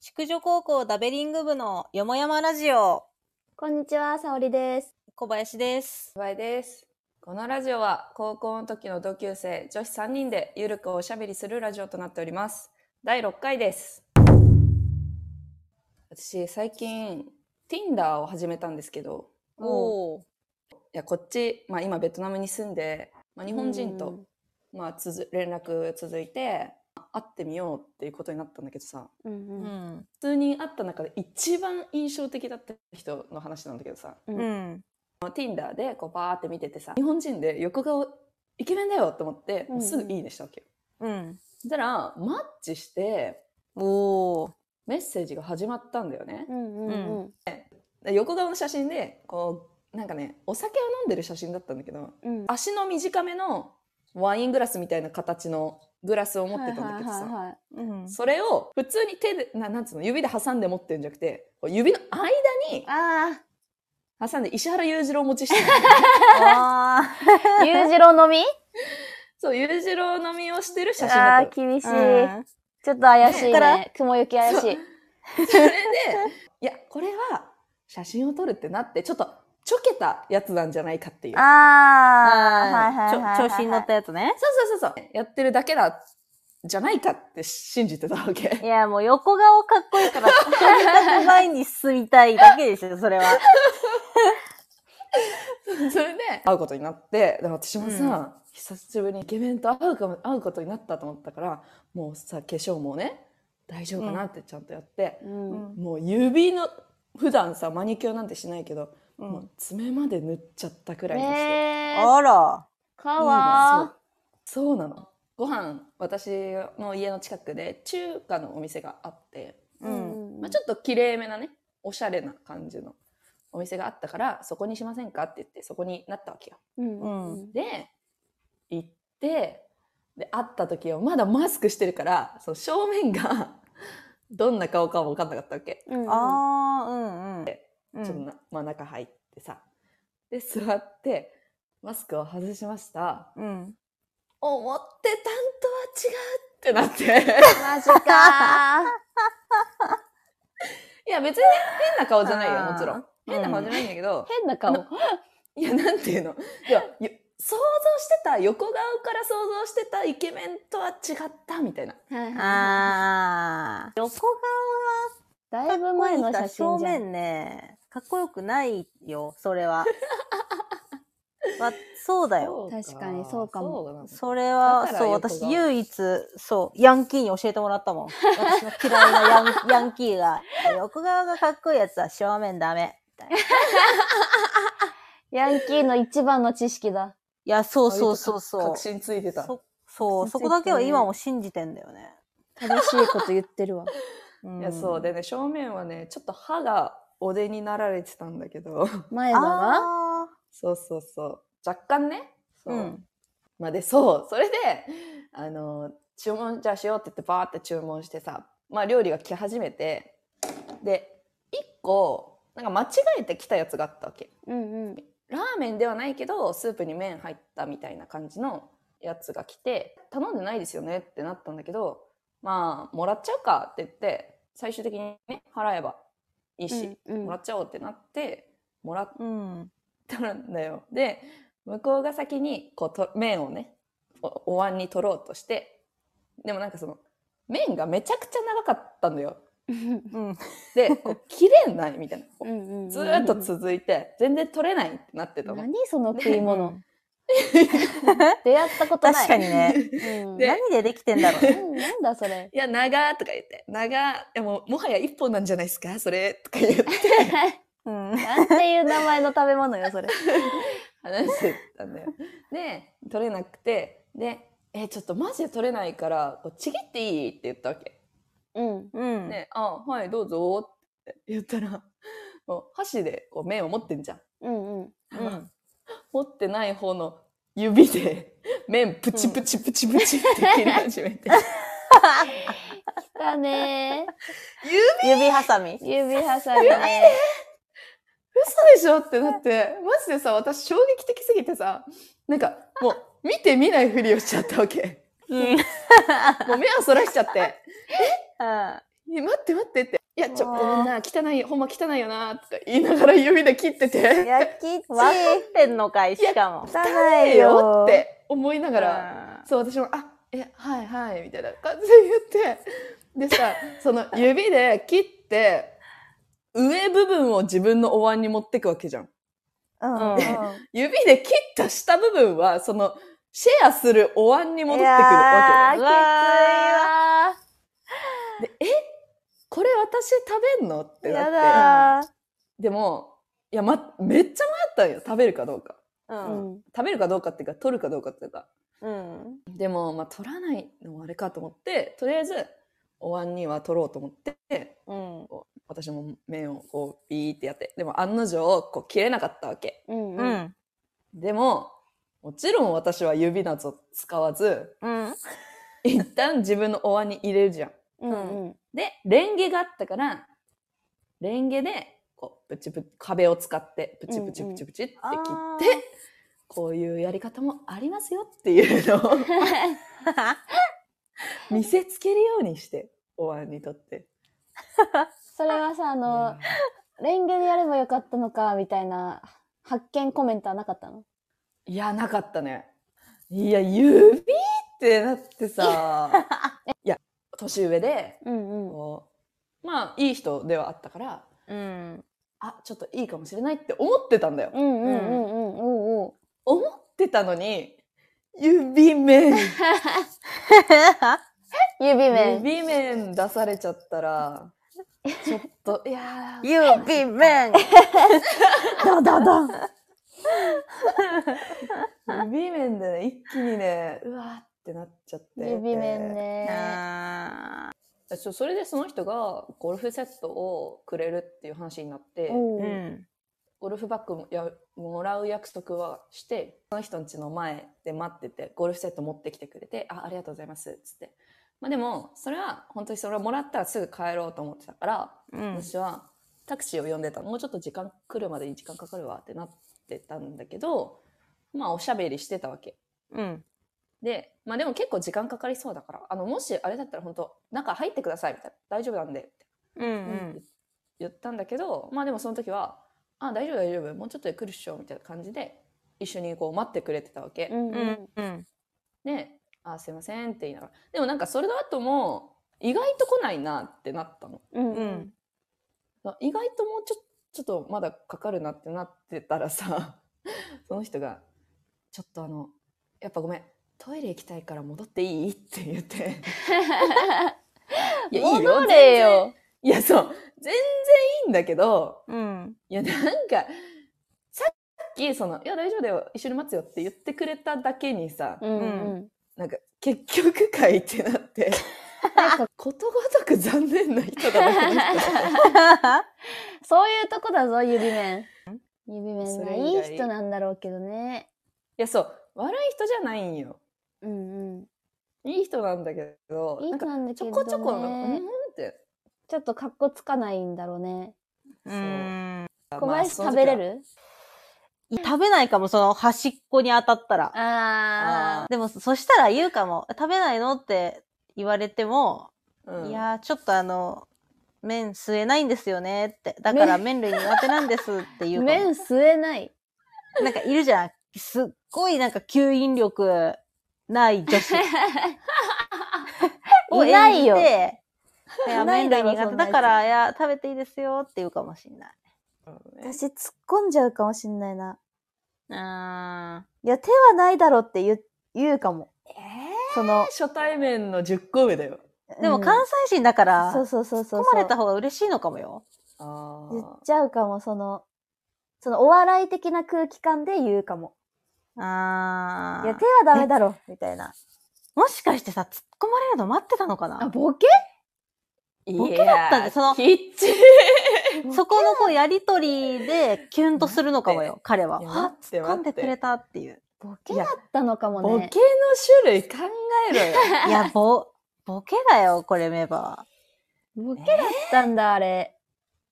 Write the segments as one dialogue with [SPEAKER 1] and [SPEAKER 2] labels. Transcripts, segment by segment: [SPEAKER 1] 宿女高校ダベリング部のよもやまラジオ、
[SPEAKER 2] こんにちは、さおりです。
[SPEAKER 1] 小林です。
[SPEAKER 3] ばいです。このラジオは高校の時の同級生女子3人でゆるくおしゃべりするラジオとなっております。第6回です。私最近 Tinder を始めたんですけど、
[SPEAKER 1] おお、
[SPEAKER 3] いやこっち、まあ、今ベトナムに住んで、まあ、日本人と、まあ、つづ連絡続いて会ってみようっていうことになったんだけどさ
[SPEAKER 2] うんう。
[SPEAKER 1] うんん。
[SPEAKER 3] 普通に会った中で一番印象的だった人の話なんだけどさ
[SPEAKER 2] う
[SPEAKER 1] うんん。
[SPEAKER 3] まあ Tinder でこうバーって見ててさ日本人で横顔イケメンだよと思って
[SPEAKER 2] うんうん
[SPEAKER 3] すぐいいねしたわけよ。
[SPEAKER 1] うん。
[SPEAKER 3] そしたらマッチして
[SPEAKER 1] おお、
[SPEAKER 3] メッセージが始まったんだよね
[SPEAKER 2] う。んうんうん。
[SPEAKER 3] で横顔の写真でこうなんかねお酒を飲んでる写真だったんだけど
[SPEAKER 2] うん。
[SPEAKER 3] 足の短めのワイングラスみたいな形のグラスを持ってたんだけど
[SPEAKER 2] はいはい
[SPEAKER 3] さ。
[SPEAKER 2] はいはい
[SPEAKER 1] うん。
[SPEAKER 3] それを普通に手でななんつうの指で挟んで持ってるんじゃなくてこう指の間に
[SPEAKER 2] あ
[SPEAKER 3] 挟んで石原裕次郎を持ちしてる
[SPEAKER 1] あ
[SPEAKER 2] あ、裕次郎のみ
[SPEAKER 3] そう裕次郎飲みをしてる写真だ
[SPEAKER 2] あ
[SPEAKER 3] った
[SPEAKER 2] あ、
[SPEAKER 3] の
[SPEAKER 2] 厳しい。
[SPEAKER 1] あ、
[SPEAKER 2] ちょっと怪しい
[SPEAKER 1] ねから
[SPEAKER 2] ね。雲行き怪しい。
[SPEAKER 3] それで、いや、これは写真を撮るってなって、ちょっと、ちょけたやつなんじゃないかっていう。
[SPEAKER 2] ああ、はいはいはいはい
[SPEAKER 1] ち
[SPEAKER 2] は
[SPEAKER 1] ょ
[SPEAKER 2] い。
[SPEAKER 1] 調子に乗ったやつね。
[SPEAKER 3] そうそうそうそう。やってるだけだ、じゃないかって信じてたわ
[SPEAKER 1] い
[SPEAKER 3] け。
[SPEAKER 1] や、もう横顔かっこいいから、とにかく前に進みたいだけでしょ、それは。
[SPEAKER 3] それで、会うことになって、でも私もさ、
[SPEAKER 1] うん
[SPEAKER 3] 久しぶりにイケメンと会うかも、会うことになったと思ったから、もうさ、化粧もね、大丈夫かなってちゃんとやって、
[SPEAKER 2] うん。
[SPEAKER 3] もう指の、普段さ、マニキュアなんてしないけど、
[SPEAKER 1] う
[SPEAKER 3] もう。爪まで塗っちゃったくらいにして。
[SPEAKER 2] ねえ。
[SPEAKER 1] あら。
[SPEAKER 2] か
[SPEAKER 3] そう
[SPEAKER 2] わ
[SPEAKER 3] そうなのご飯私の家の近くで中華のお店があって、
[SPEAKER 2] ー。
[SPEAKER 1] うん。
[SPEAKER 3] まあ、ちょっときれいめなねおしゃれな感じのお店があったからそこにしませんかって言ってそこになったわけよ
[SPEAKER 2] うん
[SPEAKER 1] うん
[SPEAKER 2] うん。
[SPEAKER 3] で行ってで会った時はまだマスクしてるからその正面が どんな顔かも分かんなかったわけ、
[SPEAKER 2] うんうん
[SPEAKER 1] ああ、うんうん。う
[SPEAKER 3] ちょっと
[SPEAKER 1] ん。
[SPEAKER 3] な真ん中入ってさで座ってマスクを外しました
[SPEAKER 1] うん。
[SPEAKER 3] 思ってたんとは違うってなって。
[SPEAKER 2] マジかー。
[SPEAKER 3] いや、別にね変な顔じゃない
[SPEAKER 1] あ
[SPEAKER 3] よ、
[SPEAKER 1] ー
[SPEAKER 3] もちろん。変な顔じゃないんだけど、
[SPEAKER 2] 変な顔。
[SPEAKER 3] いや、なんていうの。いや、よ想像してた、横顔から想像してたイケメンとは違った、みたいな。
[SPEAKER 1] あ
[SPEAKER 2] ああ。
[SPEAKER 1] あ。横
[SPEAKER 2] だいぶ前の写真じゃ
[SPEAKER 1] 正
[SPEAKER 2] ん。
[SPEAKER 1] 面ね、かっこよくないよ、それは。わそうだよ。
[SPEAKER 2] 確かにそうかも
[SPEAKER 3] そうなの
[SPEAKER 1] それは
[SPEAKER 3] だ、から
[SPEAKER 1] そう、
[SPEAKER 3] 横
[SPEAKER 1] 私
[SPEAKER 3] 顔
[SPEAKER 1] 唯一、そう、ヤンキーに教えてもらったもん。私の嫌いなヤンヤンキーが、横側がかっこいいやつは正面ダメ。みたいな。い
[SPEAKER 2] ヤンキーの一番の知識だ。
[SPEAKER 1] や、そうそうそうそう。
[SPEAKER 3] 確信ついてた。
[SPEAKER 1] そそう、そこだけは今も信じてんだよね。
[SPEAKER 2] 正しいこと言ってるわ。
[SPEAKER 1] うん
[SPEAKER 3] いや、そう。でね、正面はね、ちょっと歯がお出になられてたんだけど、
[SPEAKER 2] 前
[SPEAKER 1] あ
[SPEAKER 2] だが。
[SPEAKER 1] あ
[SPEAKER 3] そうそうそう。若干ね、そう
[SPEAKER 1] ー。うん。
[SPEAKER 3] まあ、で、そう、それで、あの、注文じゃあしようって言ってバーって注文してさ、まあ料理が来始めて、で、一個、なんか間違えてきたやつがあったわけ。
[SPEAKER 2] うんうん。
[SPEAKER 3] ラーメンではないけど、スープに麺入ったみたいな感じのやつが来て、頼んでないですよねってなったんだけど、まあ、もらっちゃうかって言って、最終的にね、払えばいいし、
[SPEAKER 2] うんうん
[SPEAKER 3] もらっちゃおうってなって、もらっ
[SPEAKER 1] うん。
[SPEAKER 3] ったんだよ。で、向こうが先に、こうと、麺をね、おお椀に取ろうとして、でもなんかその、麺がめちゃくちゃ長かったんだよ。
[SPEAKER 1] うん。
[SPEAKER 3] で、 こう切れないみたいな。こうず
[SPEAKER 2] ず
[SPEAKER 3] ーっと続いて、全然取れないってなってたの。
[SPEAKER 2] 何その食い 物。
[SPEAKER 1] うん
[SPEAKER 2] 出会ったことない。
[SPEAKER 1] 確かにね。
[SPEAKER 2] うん。
[SPEAKER 3] で
[SPEAKER 1] 何でできてんだろうね。
[SPEAKER 2] ななんだそれ。
[SPEAKER 3] いや、長ーとか言って、長ー、いやもう、もはや一本なんじゃないですかそれ、とか言って、
[SPEAKER 1] うん。
[SPEAKER 2] なんていう名前の食べ物よ、それ。
[SPEAKER 3] 話してたんだよ。で、取れなくて、で、え、ちょっとマジで取れないから、こうちぎっていいって言ったわけ。
[SPEAKER 2] うん。
[SPEAKER 1] うん。
[SPEAKER 3] ね、あはい、どうぞって言ったら、もう箸でこう麺を持ってんじゃん。
[SPEAKER 2] うんうん。
[SPEAKER 1] うん。
[SPEAKER 3] 持ってない方の指で麺プチプチプチプチって切り始めて。
[SPEAKER 2] だね
[SPEAKER 1] 指ハサミ
[SPEAKER 2] ー。。指挟みね。
[SPEAKER 3] 嘘でしょってなって、マジでさ、私衝撃的すぎてさ、なんかもう見て見ないふりをしちゃったわけ。
[SPEAKER 1] うん。
[SPEAKER 3] もう目をそらしちゃって、
[SPEAKER 1] あ
[SPEAKER 3] いや待って待ってって。いや、ちょ、
[SPEAKER 2] うわ
[SPEAKER 3] ごめんな、汚い、ほんま汚いよな、って言いながら指で切ってて、
[SPEAKER 2] やきち
[SPEAKER 1] わってんのかい、しかも。
[SPEAKER 2] 汚
[SPEAKER 3] ええよって思いながら、
[SPEAKER 1] ら、
[SPEAKER 3] そう、私も、あ、え、はいはい、みたいな感じで言って、でさ、その指で切って、上部分を自分のお椀に持ってくわけじゃん。
[SPEAKER 2] うん
[SPEAKER 1] うん
[SPEAKER 2] うん
[SPEAKER 3] 指で切った下部分は、その、シェアするお椀に戻ってくるわけ
[SPEAKER 2] やーきつ
[SPEAKER 3] よ。
[SPEAKER 1] う
[SPEAKER 2] い
[SPEAKER 1] わ
[SPEAKER 2] わ
[SPEAKER 3] これ私食べんのって
[SPEAKER 2] ー
[SPEAKER 3] な
[SPEAKER 2] や
[SPEAKER 3] って。
[SPEAKER 2] だー
[SPEAKER 3] でも、いや、ま、めっちゃ迷ったんよ。食べるかどうか。
[SPEAKER 1] う。
[SPEAKER 2] うんん
[SPEAKER 3] 食べるかどうかっていうか、取るかどうかっていうか。
[SPEAKER 1] うん。
[SPEAKER 3] でも、まあ、取らないのもあれかと思って、とりあえず、お椀には取ろうと思って、
[SPEAKER 1] うん。
[SPEAKER 3] こう私も麺をこう、ビーってやって。でも、案の定、こう、切れなかったわけ。
[SPEAKER 2] う
[SPEAKER 1] う
[SPEAKER 2] んうん
[SPEAKER 1] ん。
[SPEAKER 3] でも、もちろん私は指など使わず、
[SPEAKER 1] うん。
[SPEAKER 3] 一旦自分のお椀に入れるじゃん。
[SPEAKER 2] うんうん
[SPEAKER 3] で、レンゲがあったから、レンゲで、こう、プチプチ、壁を使って、プチプチプチプチって切
[SPEAKER 1] うんうんあ
[SPEAKER 3] って、
[SPEAKER 1] ー
[SPEAKER 3] こういうやり方もありますよっていうのを 見せつけるようにして、お椀にとって。
[SPEAKER 2] それはさあのレンゲでやればよかったのかみたいな発見コメントはなかったの
[SPEAKER 3] いや、なかったね。いや、指ってなって さ、いや、年上で、
[SPEAKER 2] うんうん
[SPEAKER 3] こう、まあ、いい人ではあったから、
[SPEAKER 1] うん。
[SPEAKER 3] あ、ちょっといいかもしれないって思ってたんだよ。
[SPEAKER 2] うんうんうんうんおうおう
[SPEAKER 3] 思ってたのに、指面
[SPEAKER 2] 指面
[SPEAKER 3] 指面出されちゃったら、ちょっと、いやー、
[SPEAKER 1] 指面ダダダン
[SPEAKER 3] 指面でね、一気にね、うわーってなっちゃって。
[SPEAKER 2] 指面。ね
[SPEAKER 1] あ
[SPEAKER 3] そうそれでその人がゴルフセットをくれるっていう話になって、
[SPEAKER 1] ー
[SPEAKER 2] お
[SPEAKER 1] う。
[SPEAKER 2] うん
[SPEAKER 3] ゴルフバッグもやもらう約束はして、その人ん家の前で待ってて、ゴルフセット持ってきてくれて、あ、ありがとうございます、つって。まあでも、それは、本当にそれをもらったらすぐ帰ろうと思ってたから、
[SPEAKER 1] うん。
[SPEAKER 3] 私はタクシーを呼んでたもうちょっと時間来るまでに時間かかるわってなってたんだけどまあおしゃべりしてたわけ
[SPEAKER 1] うん。
[SPEAKER 3] でまあでも結構時間かかりそうだからあのもしあれだったら本当中入ってくださいみたいな大丈夫なんでって
[SPEAKER 1] うん。うん。
[SPEAKER 3] 言ったんだけどまあでもその時は「あ大丈夫大丈夫もうちょっとで来るっしょ」みたいな感じで一緒にこう待ってくれてたわけ、
[SPEAKER 2] うんう
[SPEAKER 1] うんん。うん。
[SPEAKER 3] で「あすいません」って言いながらでもなんかそれの後も意外と来ないなってなったの
[SPEAKER 2] うんうん
[SPEAKER 1] うん。
[SPEAKER 3] あ意外ともうちょちょっとまだかかるなってなってたらさ その人が「ちょっとあのやっぱごめんトイレ行きたいから戻っていい?」って言って 「いい
[SPEAKER 2] 戻れよ
[SPEAKER 3] 全然いやそう全然いいんだけど
[SPEAKER 1] うん。
[SPEAKER 3] いやなんかさっきその「いや大丈夫だよ一緒に待つよ」って言ってくれただけにさ、
[SPEAKER 2] うん
[SPEAKER 1] う
[SPEAKER 2] うん
[SPEAKER 3] なんか結局かいって なってなんかことごとく残念な人だなこの人
[SPEAKER 2] そういうとこだぞ、指面。指面
[SPEAKER 3] そ
[SPEAKER 2] が
[SPEAKER 3] れ
[SPEAKER 2] い
[SPEAKER 3] 以
[SPEAKER 2] い
[SPEAKER 3] 外
[SPEAKER 2] 人なんだろうけどね。
[SPEAKER 3] いやそう悪い人じゃないんよ
[SPEAKER 2] うんうん。
[SPEAKER 3] いい人なんだけど、
[SPEAKER 2] いい
[SPEAKER 3] なん
[SPEAKER 2] 人
[SPEAKER 3] か
[SPEAKER 2] なんだけ
[SPEAKER 3] ち
[SPEAKER 2] ど、
[SPEAKER 3] ょ
[SPEAKER 2] ね。
[SPEAKER 3] こちょこ、うんって。
[SPEAKER 2] ちょっとかっこつかないんだろうね。
[SPEAKER 1] う
[SPEAKER 3] そ
[SPEAKER 1] ん。
[SPEAKER 2] 小
[SPEAKER 3] まあ
[SPEAKER 2] 林
[SPEAKER 3] その
[SPEAKER 2] 食
[SPEAKER 3] 時
[SPEAKER 2] べ
[SPEAKER 3] は
[SPEAKER 2] れる
[SPEAKER 1] 食べないかも、その端っこに当たったら。
[SPEAKER 2] あ
[SPEAKER 1] でも、そしたら言うかも。食べないのって言われても、
[SPEAKER 3] うん、
[SPEAKER 1] いやー、ちょっとあの、麺吸えないんですよねって。だから麺類苦手なんですって
[SPEAKER 2] ー
[SPEAKER 1] いうかも
[SPEAKER 2] 麺吸えない。
[SPEAKER 1] なんかいるじゃん。すっごいなんか吸引力ない女子を演じて。
[SPEAKER 2] いないよ
[SPEAKER 1] いや、
[SPEAKER 2] いな
[SPEAKER 1] 麺
[SPEAKER 2] い
[SPEAKER 1] 類
[SPEAKER 2] だろ
[SPEAKER 1] 苦
[SPEAKER 2] そ
[SPEAKER 1] 手
[SPEAKER 2] んな
[SPEAKER 1] だ
[SPEAKER 2] やつ
[SPEAKER 1] から、いや、食べていいですよって言うかもしんない。
[SPEAKER 2] 私突っ込んじゃうかもしんないな。
[SPEAKER 1] あ
[SPEAKER 2] いや、手はないだろうって言う、言うかも。
[SPEAKER 3] え
[SPEAKER 2] その、
[SPEAKER 3] ー初対面の10個上だよ。
[SPEAKER 1] でも関西人だから、
[SPEAKER 2] そう
[SPEAKER 1] 突っ
[SPEAKER 2] そうそうそう。
[SPEAKER 1] 込まれた方が嬉しいのかもよ。
[SPEAKER 3] あ
[SPEAKER 2] 言っちゃうかも、その、そのお笑い的な空気感で言うかも。
[SPEAKER 1] あー
[SPEAKER 2] いや、手はダメだろ、みたいな。
[SPEAKER 1] もしかしてさ、突っ込まれるの待ってたのかな
[SPEAKER 2] ボケ
[SPEAKER 3] ー。
[SPEAKER 1] ボケだったんだその
[SPEAKER 3] キッチン。
[SPEAKER 1] そこのこうやりとりでキュンとするのかもよ、彼は。
[SPEAKER 3] いや
[SPEAKER 1] は
[SPEAKER 3] 待っ
[SPEAKER 1] 突
[SPEAKER 3] て
[SPEAKER 1] っ込んでくれたっていう。
[SPEAKER 2] ボケだったのかも
[SPEAKER 3] ボケ
[SPEAKER 2] ね
[SPEAKER 3] の。種類考えろよ。
[SPEAKER 1] いや、ぼ、ボケだよ、これメバ
[SPEAKER 2] ボケだったんだ、あれ。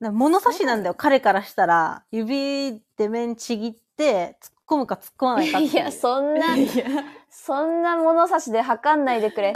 [SPEAKER 1] ー。な物差しなんだよ、彼からしたら。指で面ちぎって突っ込むか突っ込まないかっていう。
[SPEAKER 2] いや、そ んな、そんな物差しで測んないでく れ。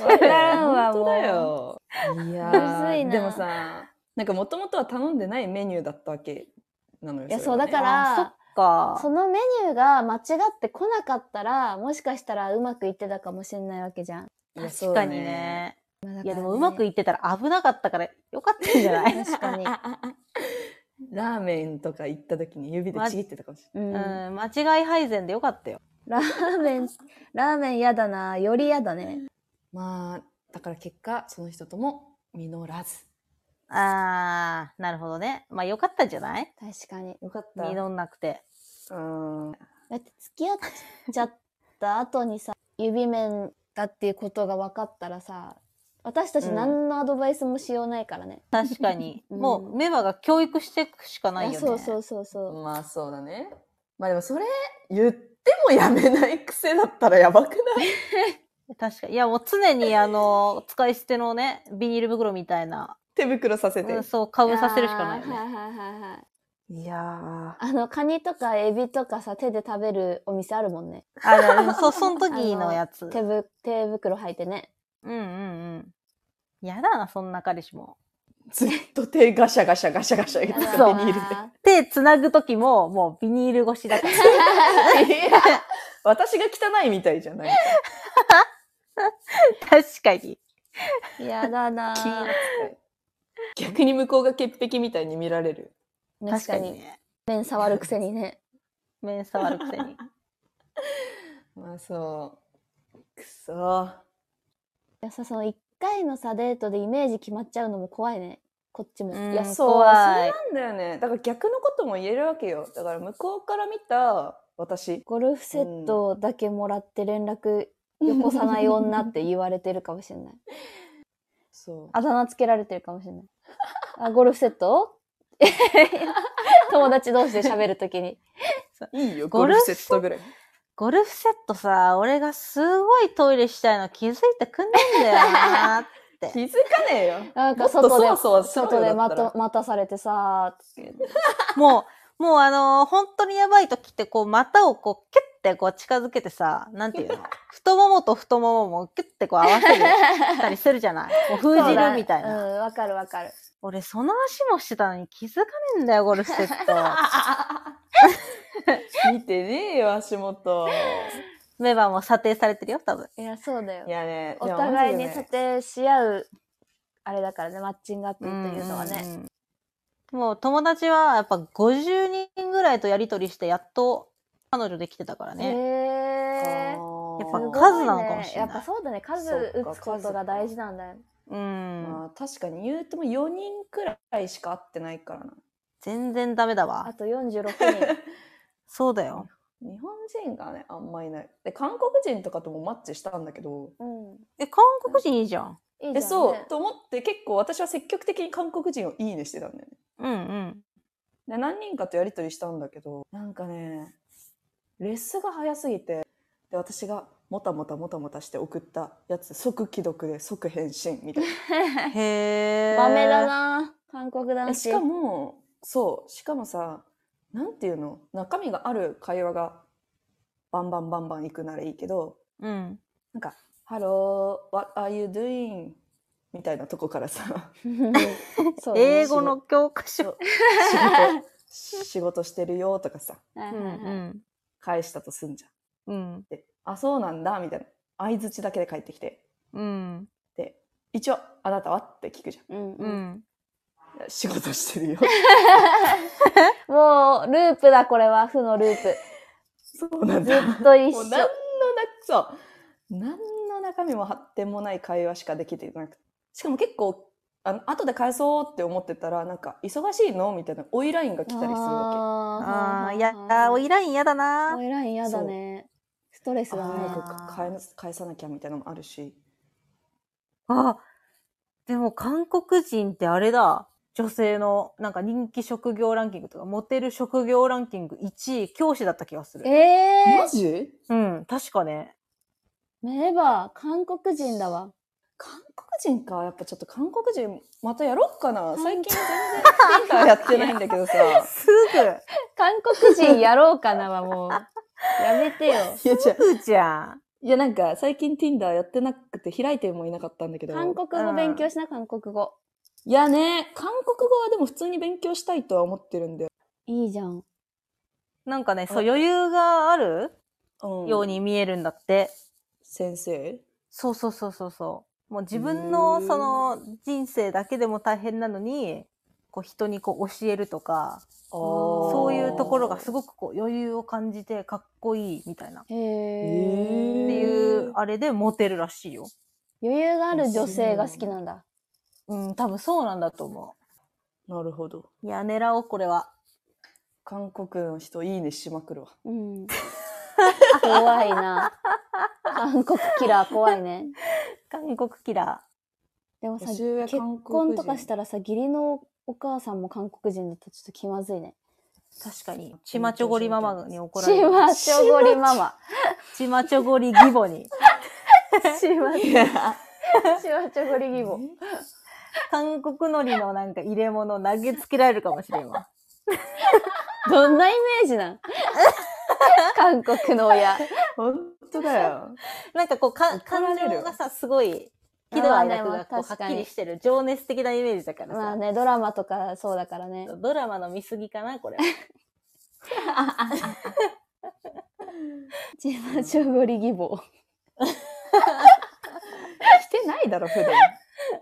[SPEAKER 3] わ
[SPEAKER 2] からんわもう
[SPEAKER 3] だよ。いや
[SPEAKER 2] むずい
[SPEAKER 3] ー
[SPEAKER 2] な
[SPEAKER 3] でもさ、なんかもともとは頼んでないメニューだったわけなのよ。
[SPEAKER 2] いや、
[SPEAKER 3] れ
[SPEAKER 2] そ
[SPEAKER 3] は
[SPEAKER 2] うだ
[SPEAKER 3] ね
[SPEAKER 2] か
[SPEAKER 1] あーそっ
[SPEAKER 2] ら、
[SPEAKER 1] か。
[SPEAKER 2] そのメニューが間違ってこなかったら、もしかしたらうまくいってたかもしれないわけ じゃん。
[SPEAKER 3] いや
[SPEAKER 1] 確
[SPEAKER 3] そうだ
[SPEAKER 1] かにね。
[SPEAKER 2] まあだからね
[SPEAKER 1] いや、でもうまくいってたら危なかったからよかったんじゃない
[SPEAKER 2] 確かに。
[SPEAKER 3] ラーメンとか行った時に指でちぎってたかもし れ
[SPEAKER 2] うん。ラ
[SPEAKER 1] うん、間違い配膳でよかったよ。
[SPEAKER 2] ーメン、ラーメン嫌だな。より嫌だね。
[SPEAKER 3] ない。まあ、だから結果、その人とも実らず。
[SPEAKER 1] あー、なるほどね。まあよかったんじゃない
[SPEAKER 2] 確かに。
[SPEAKER 3] よかった。
[SPEAKER 1] 実んなくて。
[SPEAKER 3] うん。
[SPEAKER 2] だって付き合っちゃった後にさ、指面だっていうことが分かったらさ、私たち何のアドバイスもしようないからね。
[SPEAKER 1] 確かに。
[SPEAKER 2] うん
[SPEAKER 1] もうメバが教育していくしかないよ
[SPEAKER 2] い
[SPEAKER 1] ね。
[SPEAKER 2] やそうそうそうそ
[SPEAKER 3] まあそうだね。まあでもそれ言ってもやめない癖だったらやばくない
[SPEAKER 1] 確かに。いや、もう常 にあの、使い捨てのね、ビニール袋みたいな、
[SPEAKER 3] 手袋させて。
[SPEAKER 1] うん、そう、
[SPEAKER 2] う。
[SPEAKER 1] かぶさせるしかないよ
[SPEAKER 2] やーは
[SPEAKER 1] ね。
[SPEAKER 2] いはいはいはい。
[SPEAKER 3] いやー。
[SPEAKER 2] あの、カニとかエビとかさ、手で食べるお店あるもんね。
[SPEAKER 1] あれ、でも そう、その時のやつ。
[SPEAKER 2] 手ぶ、手袋履いてね。
[SPEAKER 1] うんうんうん。やだな、そんな彼氏も。
[SPEAKER 3] ずっと手ガシャガシャガシャガシャ言ってた
[SPEAKER 1] そう
[SPEAKER 3] ビニールで。
[SPEAKER 1] 手つなぐ時も、もうビニール越しだ から。
[SPEAKER 3] いや私が汚いみたいじゃない。
[SPEAKER 1] 確かに。
[SPEAKER 2] で。やだな
[SPEAKER 3] 金扱い。逆に向こうが潔癖みたいに見られる。
[SPEAKER 2] 確かに。
[SPEAKER 1] ね。
[SPEAKER 2] 面触るくせにね。
[SPEAKER 1] 面触るくせに。
[SPEAKER 3] まあそう。くそ。
[SPEAKER 2] いやさ、その一回のさ、デートでイメージ決まっちゃうのも怖いね。こっちも。
[SPEAKER 1] うん
[SPEAKER 2] いや、
[SPEAKER 1] 怖い
[SPEAKER 3] そう、それなんだよね。だから逆のことも言えるわけよ。だから向こうから見た私。
[SPEAKER 2] ゴルフセットだけもらって連絡よこさない女って言われてるかもしれない。
[SPEAKER 3] そう。
[SPEAKER 2] あだ名つけられてるかもしれない。あ、ゴルフセット 友達同士で喋るときに。
[SPEAKER 3] いいよ、
[SPEAKER 1] ゴ
[SPEAKER 3] ゴ
[SPEAKER 1] ルフ
[SPEAKER 3] ルフ
[SPEAKER 1] セ
[SPEAKER 3] セ
[SPEAKER 1] ッ
[SPEAKER 3] ッ
[SPEAKER 1] ト
[SPEAKER 3] トぐらい。
[SPEAKER 1] ゴルフセットさ、俺がすごいトイレしたいの気づいてくんないんだよな。
[SPEAKER 3] 気づかねえよ。
[SPEAKER 2] なんか
[SPEAKER 3] もっと
[SPEAKER 2] 外で、
[SPEAKER 3] そわそわしろよ
[SPEAKER 2] 外で待
[SPEAKER 3] だった
[SPEAKER 2] 待たされてさ、
[SPEAKER 1] もう、もうあのー本当にやばい時って、こう、股をこう、キュッてこう近づけてさ、なんていう の太ももと太もももキュッてこう合わせるたりするじゃないもう 封じるみたいな。
[SPEAKER 2] うん、わかるわかる。
[SPEAKER 1] 俺、その足もしてたのに気づかねえんだよ、ゴルフセッ ト。
[SPEAKER 3] 見てねえよ、足元。
[SPEAKER 1] メバも査定されてるよ、多分。
[SPEAKER 2] いや、そうだよ
[SPEAKER 3] い。やね、
[SPEAKER 2] お互いに査
[SPEAKER 3] ね、
[SPEAKER 2] 定し合う、あれだからね、マッチングアプリというのは
[SPEAKER 1] ん
[SPEAKER 2] ね。
[SPEAKER 1] うんうん。もう友達はやっぱ50人ぐらいとやりとりしてやっと彼女できてたから
[SPEAKER 2] へ
[SPEAKER 1] ね。
[SPEAKER 2] え。
[SPEAKER 1] やっぱ
[SPEAKER 2] すごいね
[SPEAKER 1] 数なのかもしれない
[SPEAKER 2] やっぱそうだね、数
[SPEAKER 3] そっ
[SPEAKER 2] 打
[SPEAKER 3] か
[SPEAKER 2] つことが大事なんだよ。
[SPEAKER 1] うん。
[SPEAKER 3] まあ、確かに言うても4人くらいしか会ってないからな。
[SPEAKER 1] 全然ダメだ
[SPEAKER 2] あ
[SPEAKER 1] わ。
[SPEAKER 2] と46人。
[SPEAKER 1] そうだよ。
[SPEAKER 3] 日本人がね、あんまいない。で、韓国人とかともマッチしたんだけど、
[SPEAKER 2] うん。
[SPEAKER 1] え、韓国人いいじゃん。
[SPEAKER 2] いいじゃん、ね。
[SPEAKER 3] え、そう、と思って結構私は積極的に韓国人をいいねしてたんだよね。
[SPEAKER 1] うんうん。
[SPEAKER 3] で、何人かとやりとりしたんだけど、なんかね、レスが早すぎて、で、私がもたもたもたもたして送ったやつ、即既読で即返信みたいな。
[SPEAKER 1] へえ。
[SPEAKER 2] ダメだ。な韓国
[SPEAKER 3] え
[SPEAKER 2] 男子。
[SPEAKER 3] しかも、そう、しかもさ、なんていうの、中身がある会話がバンバンバンバン行くならいいけど、
[SPEAKER 1] うん。
[SPEAKER 3] なんか、Hello, what are you doing? みたいなとこからさ、
[SPEAKER 2] そうだね
[SPEAKER 1] 英語の教科書。
[SPEAKER 3] 仕事、仕事してるよとかさ、
[SPEAKER 2] はいは
[SPEAKER 1] う
[SPEAKER 2] いはい
[SPEAKER 1] ん
[SPEAKER 3] 返したとすんじゃん。
[SPEAKER 1] うん。
[SPEAKER 3] で、あ、そうなんだ、みたいな。相づちだけで帰ってきて、
[SPEAKER 1] うん。
[SPEAKER 3] で、一応、あなたはって聞くじゃ
[SPEAKER 2] うん
[SPEAKER 1] う
[SPEAKER 2] うん
[SPEAKER 1] ん。
[SPEAKER 3] ん。仕事して るよ。
[SPEAKER 2] もう、ループだ、これは。負のループ。
[SPEAKER 3] そうなん
[SPEAKER 2] ず
[SPEAKER 3] だ。
[SPEAKER 2] っと一
[SPEAKER 3] もう何の
[SPEAKER 2] 緒
[SPEAKER 3] な。そう何の中身も発展もない会話しかできてなくてしかも結構あの後で返そうって思ってたらなんか「忙しいの?」みたいな追いラインが来たりするわ
[SPEAKER 1] あ
[SPEAKER 2] あ
[SPEAKER 1] あ、
[SPEAKER 2] ー
[SPEAKER 1] いや、あーオイライン嫌だな
[SPEAKER 2] お。いライン嫌だね。ストレス
[SPEAKER 3] け。
[SPEAKER 2] だね。
[SPEAKER 1] ー
[SPEAKER 3] 早く返す返さなきゃみたいなのもあるし
[SPEAKER 1] あ、でも韓国人ってあれだ。女性のなんか人気職業ランキングとか、モテる職業ランキング1位、教師だった気がする。
[SPEAKER 2] ええ
[SPEAKER 3] マジ
[SPEAKER 1] うん、確かね。
[SPEAKER 2] メーバー、韓国人だわ。
[SPEAKER 3] 韓国人かやっぱちょっと韓国人またやろっかな最近全然 Tinder やってないんだけどさ
[SPEAKER 1] すぐ
[SPEAKER 2] 韓国人やろうかなはもう、やめてよ。
[SPEAKER 3] いや、違う。
[SPEAKER 1] うーちゃん。
[SPEAKER 3] いや、なんか、最近 Tinder やってなくて、開いてもいなかったんだけど。
[SPEAKER 2] 韓国語勉強しな、韓国語。
[SPEAKER 3] いやね、韓国語はでも普通に勉強したいとは思ってるんだよ。
[SPEAKER 2] いいじゃん。
[SPEAKER 1] なんかね、そう、余裕がある
[SPEAKER 3] う
[SPEAKER 1] よう。に見えるんだって。
[SPEAKER 3] 先生
[SPEAKER 1] そうそうそうそうそう。もう自分の
[SPEAKER 3] へー
[SPEAKER 1] その人生だけでも大変なのに、こう人にこう教えるとか、
[SPEAKER 2] ー
[SPEAKER 1] そういうところがす
[SPEAKER 3] ご
[SPEAKER 1] ごくこう余裕を感じてかっこいいみたいな。っ
[SPEAKER 2] へ
[SPEAKER 1] て
[SPEAKER 2] え。
[SPEAKER 1] いうあれでモテるらしいよ。
[SPEAKER 2] 余裕がある女性が好きなんだ。
[SPEAKER 1] うん、多分そうなんだと思
[SPEAKER 3] なるほど。
[SPEAKER 1] う。いや、狙おう、これは。
[SPEAKER 3] 韓国の人、いいねしまくるわ。
[SPEAKER 2] うん。 怖いな。韓国キラー怖いね。
[SPEAKER 1] 韓国キラ
[SPEAKER 2] でもさ、
[SPEAKER 3] 年上
[SPEAKER 2] 結
[SPEAKER 3] 韓国
[SPEAKER 2] 婚
[SPEAKER 3] 人
[SPEAKER 2] とかしたらさ、義理のお母さんも韓国人だとちょっと気まずいね。
[SPEAKER 1] ー。確かに。ちまちょごりママに怒られ
[SPEAKER 2] シ
[SPEAKER 1] る。
[SPEAKER 2] マチョゴリママ。
[SPEAKER 1] ちまちょごり義母に。
[SPEAKER 2] シマ チ
[SPEAKER 3] い
[SPEAKER 2] ョゴリギボ。
[SPEAKER 1] 韓国海苔のなんか入れ物投げつけられるかもしれんわ。
[SPEAKER 2] どんなイメージなん 韓国の親。
[SPEAKER 3] 本当だよ。
[SPEAKER 1] なんかこうか、
[SPEAKER 3] 怒ら
[SPEAKER 1] 感
[SPEAKER 3] れる
[SPEAKER 1] 情がさ、すごい、喜怒哀楽がこ
[SPEAKER 2] まあねま
[SPEAKER 1] う
[SPEAKER 2] あ
[SPEAKER 1] は
[SPEAKER 2] 確
[SPEAKER 1] っ
[SPEAKER 2] か
[SPEAKER 1] き
[SPEAKER 2] に
[SPEAKER 1] りしてる、情熱的なイメージだからさ。
[SPEAKER 2] まあね、ドラマとかそうだから ね。
[SPEAKER 1] ドラマの見過ぎかな、これは。
[SPEAKER 2] チマチョゴリギボ。
[SPEAKER 3] 来てないだろ、普段。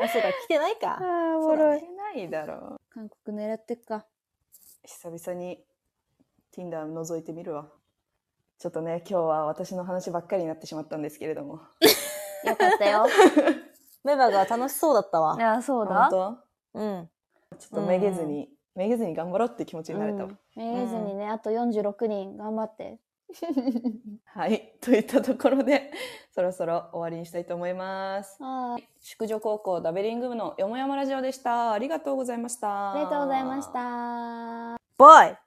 [SPEAKER 1] あ、そうか、来てないか。
[SPEAKER 2] あ、お
[SPEAKER 3] そうだね。来てないだろ。
[SPEAKER 2] 韓国狙ってっか。
[SPEAKER 3] 久々に Tinder 覗いてみるわ。ちょっとね、今日は私の話ばっかりになってしまったんですけれども。
[SPEAKER 2] よかったよ。
[SPEAKER 1] メバが楽しそうだったわ
[SPEAKER 2] い。や、そうだ
[SPEAKER 3] 本。当
[SPEAKER 1] うん。
[SPEAKER 3] ちょっとめげずに、めげずに頑張ろうって気持ちになれたわ。
[SPEAKER 2] うん、めげずにね、あと46人頑張 って。
[SPEAKER 3] はい。 といったところで、そろそろ終わりにしたいと思います。
[SPEAKER 2] あ
[SPEAKER 3] 宿女高校ダベリング部のよもやまラジオでした。ありがとうございました。
[SPEAKER 2] ありがとうございました。
[SPEAKER 1] バイ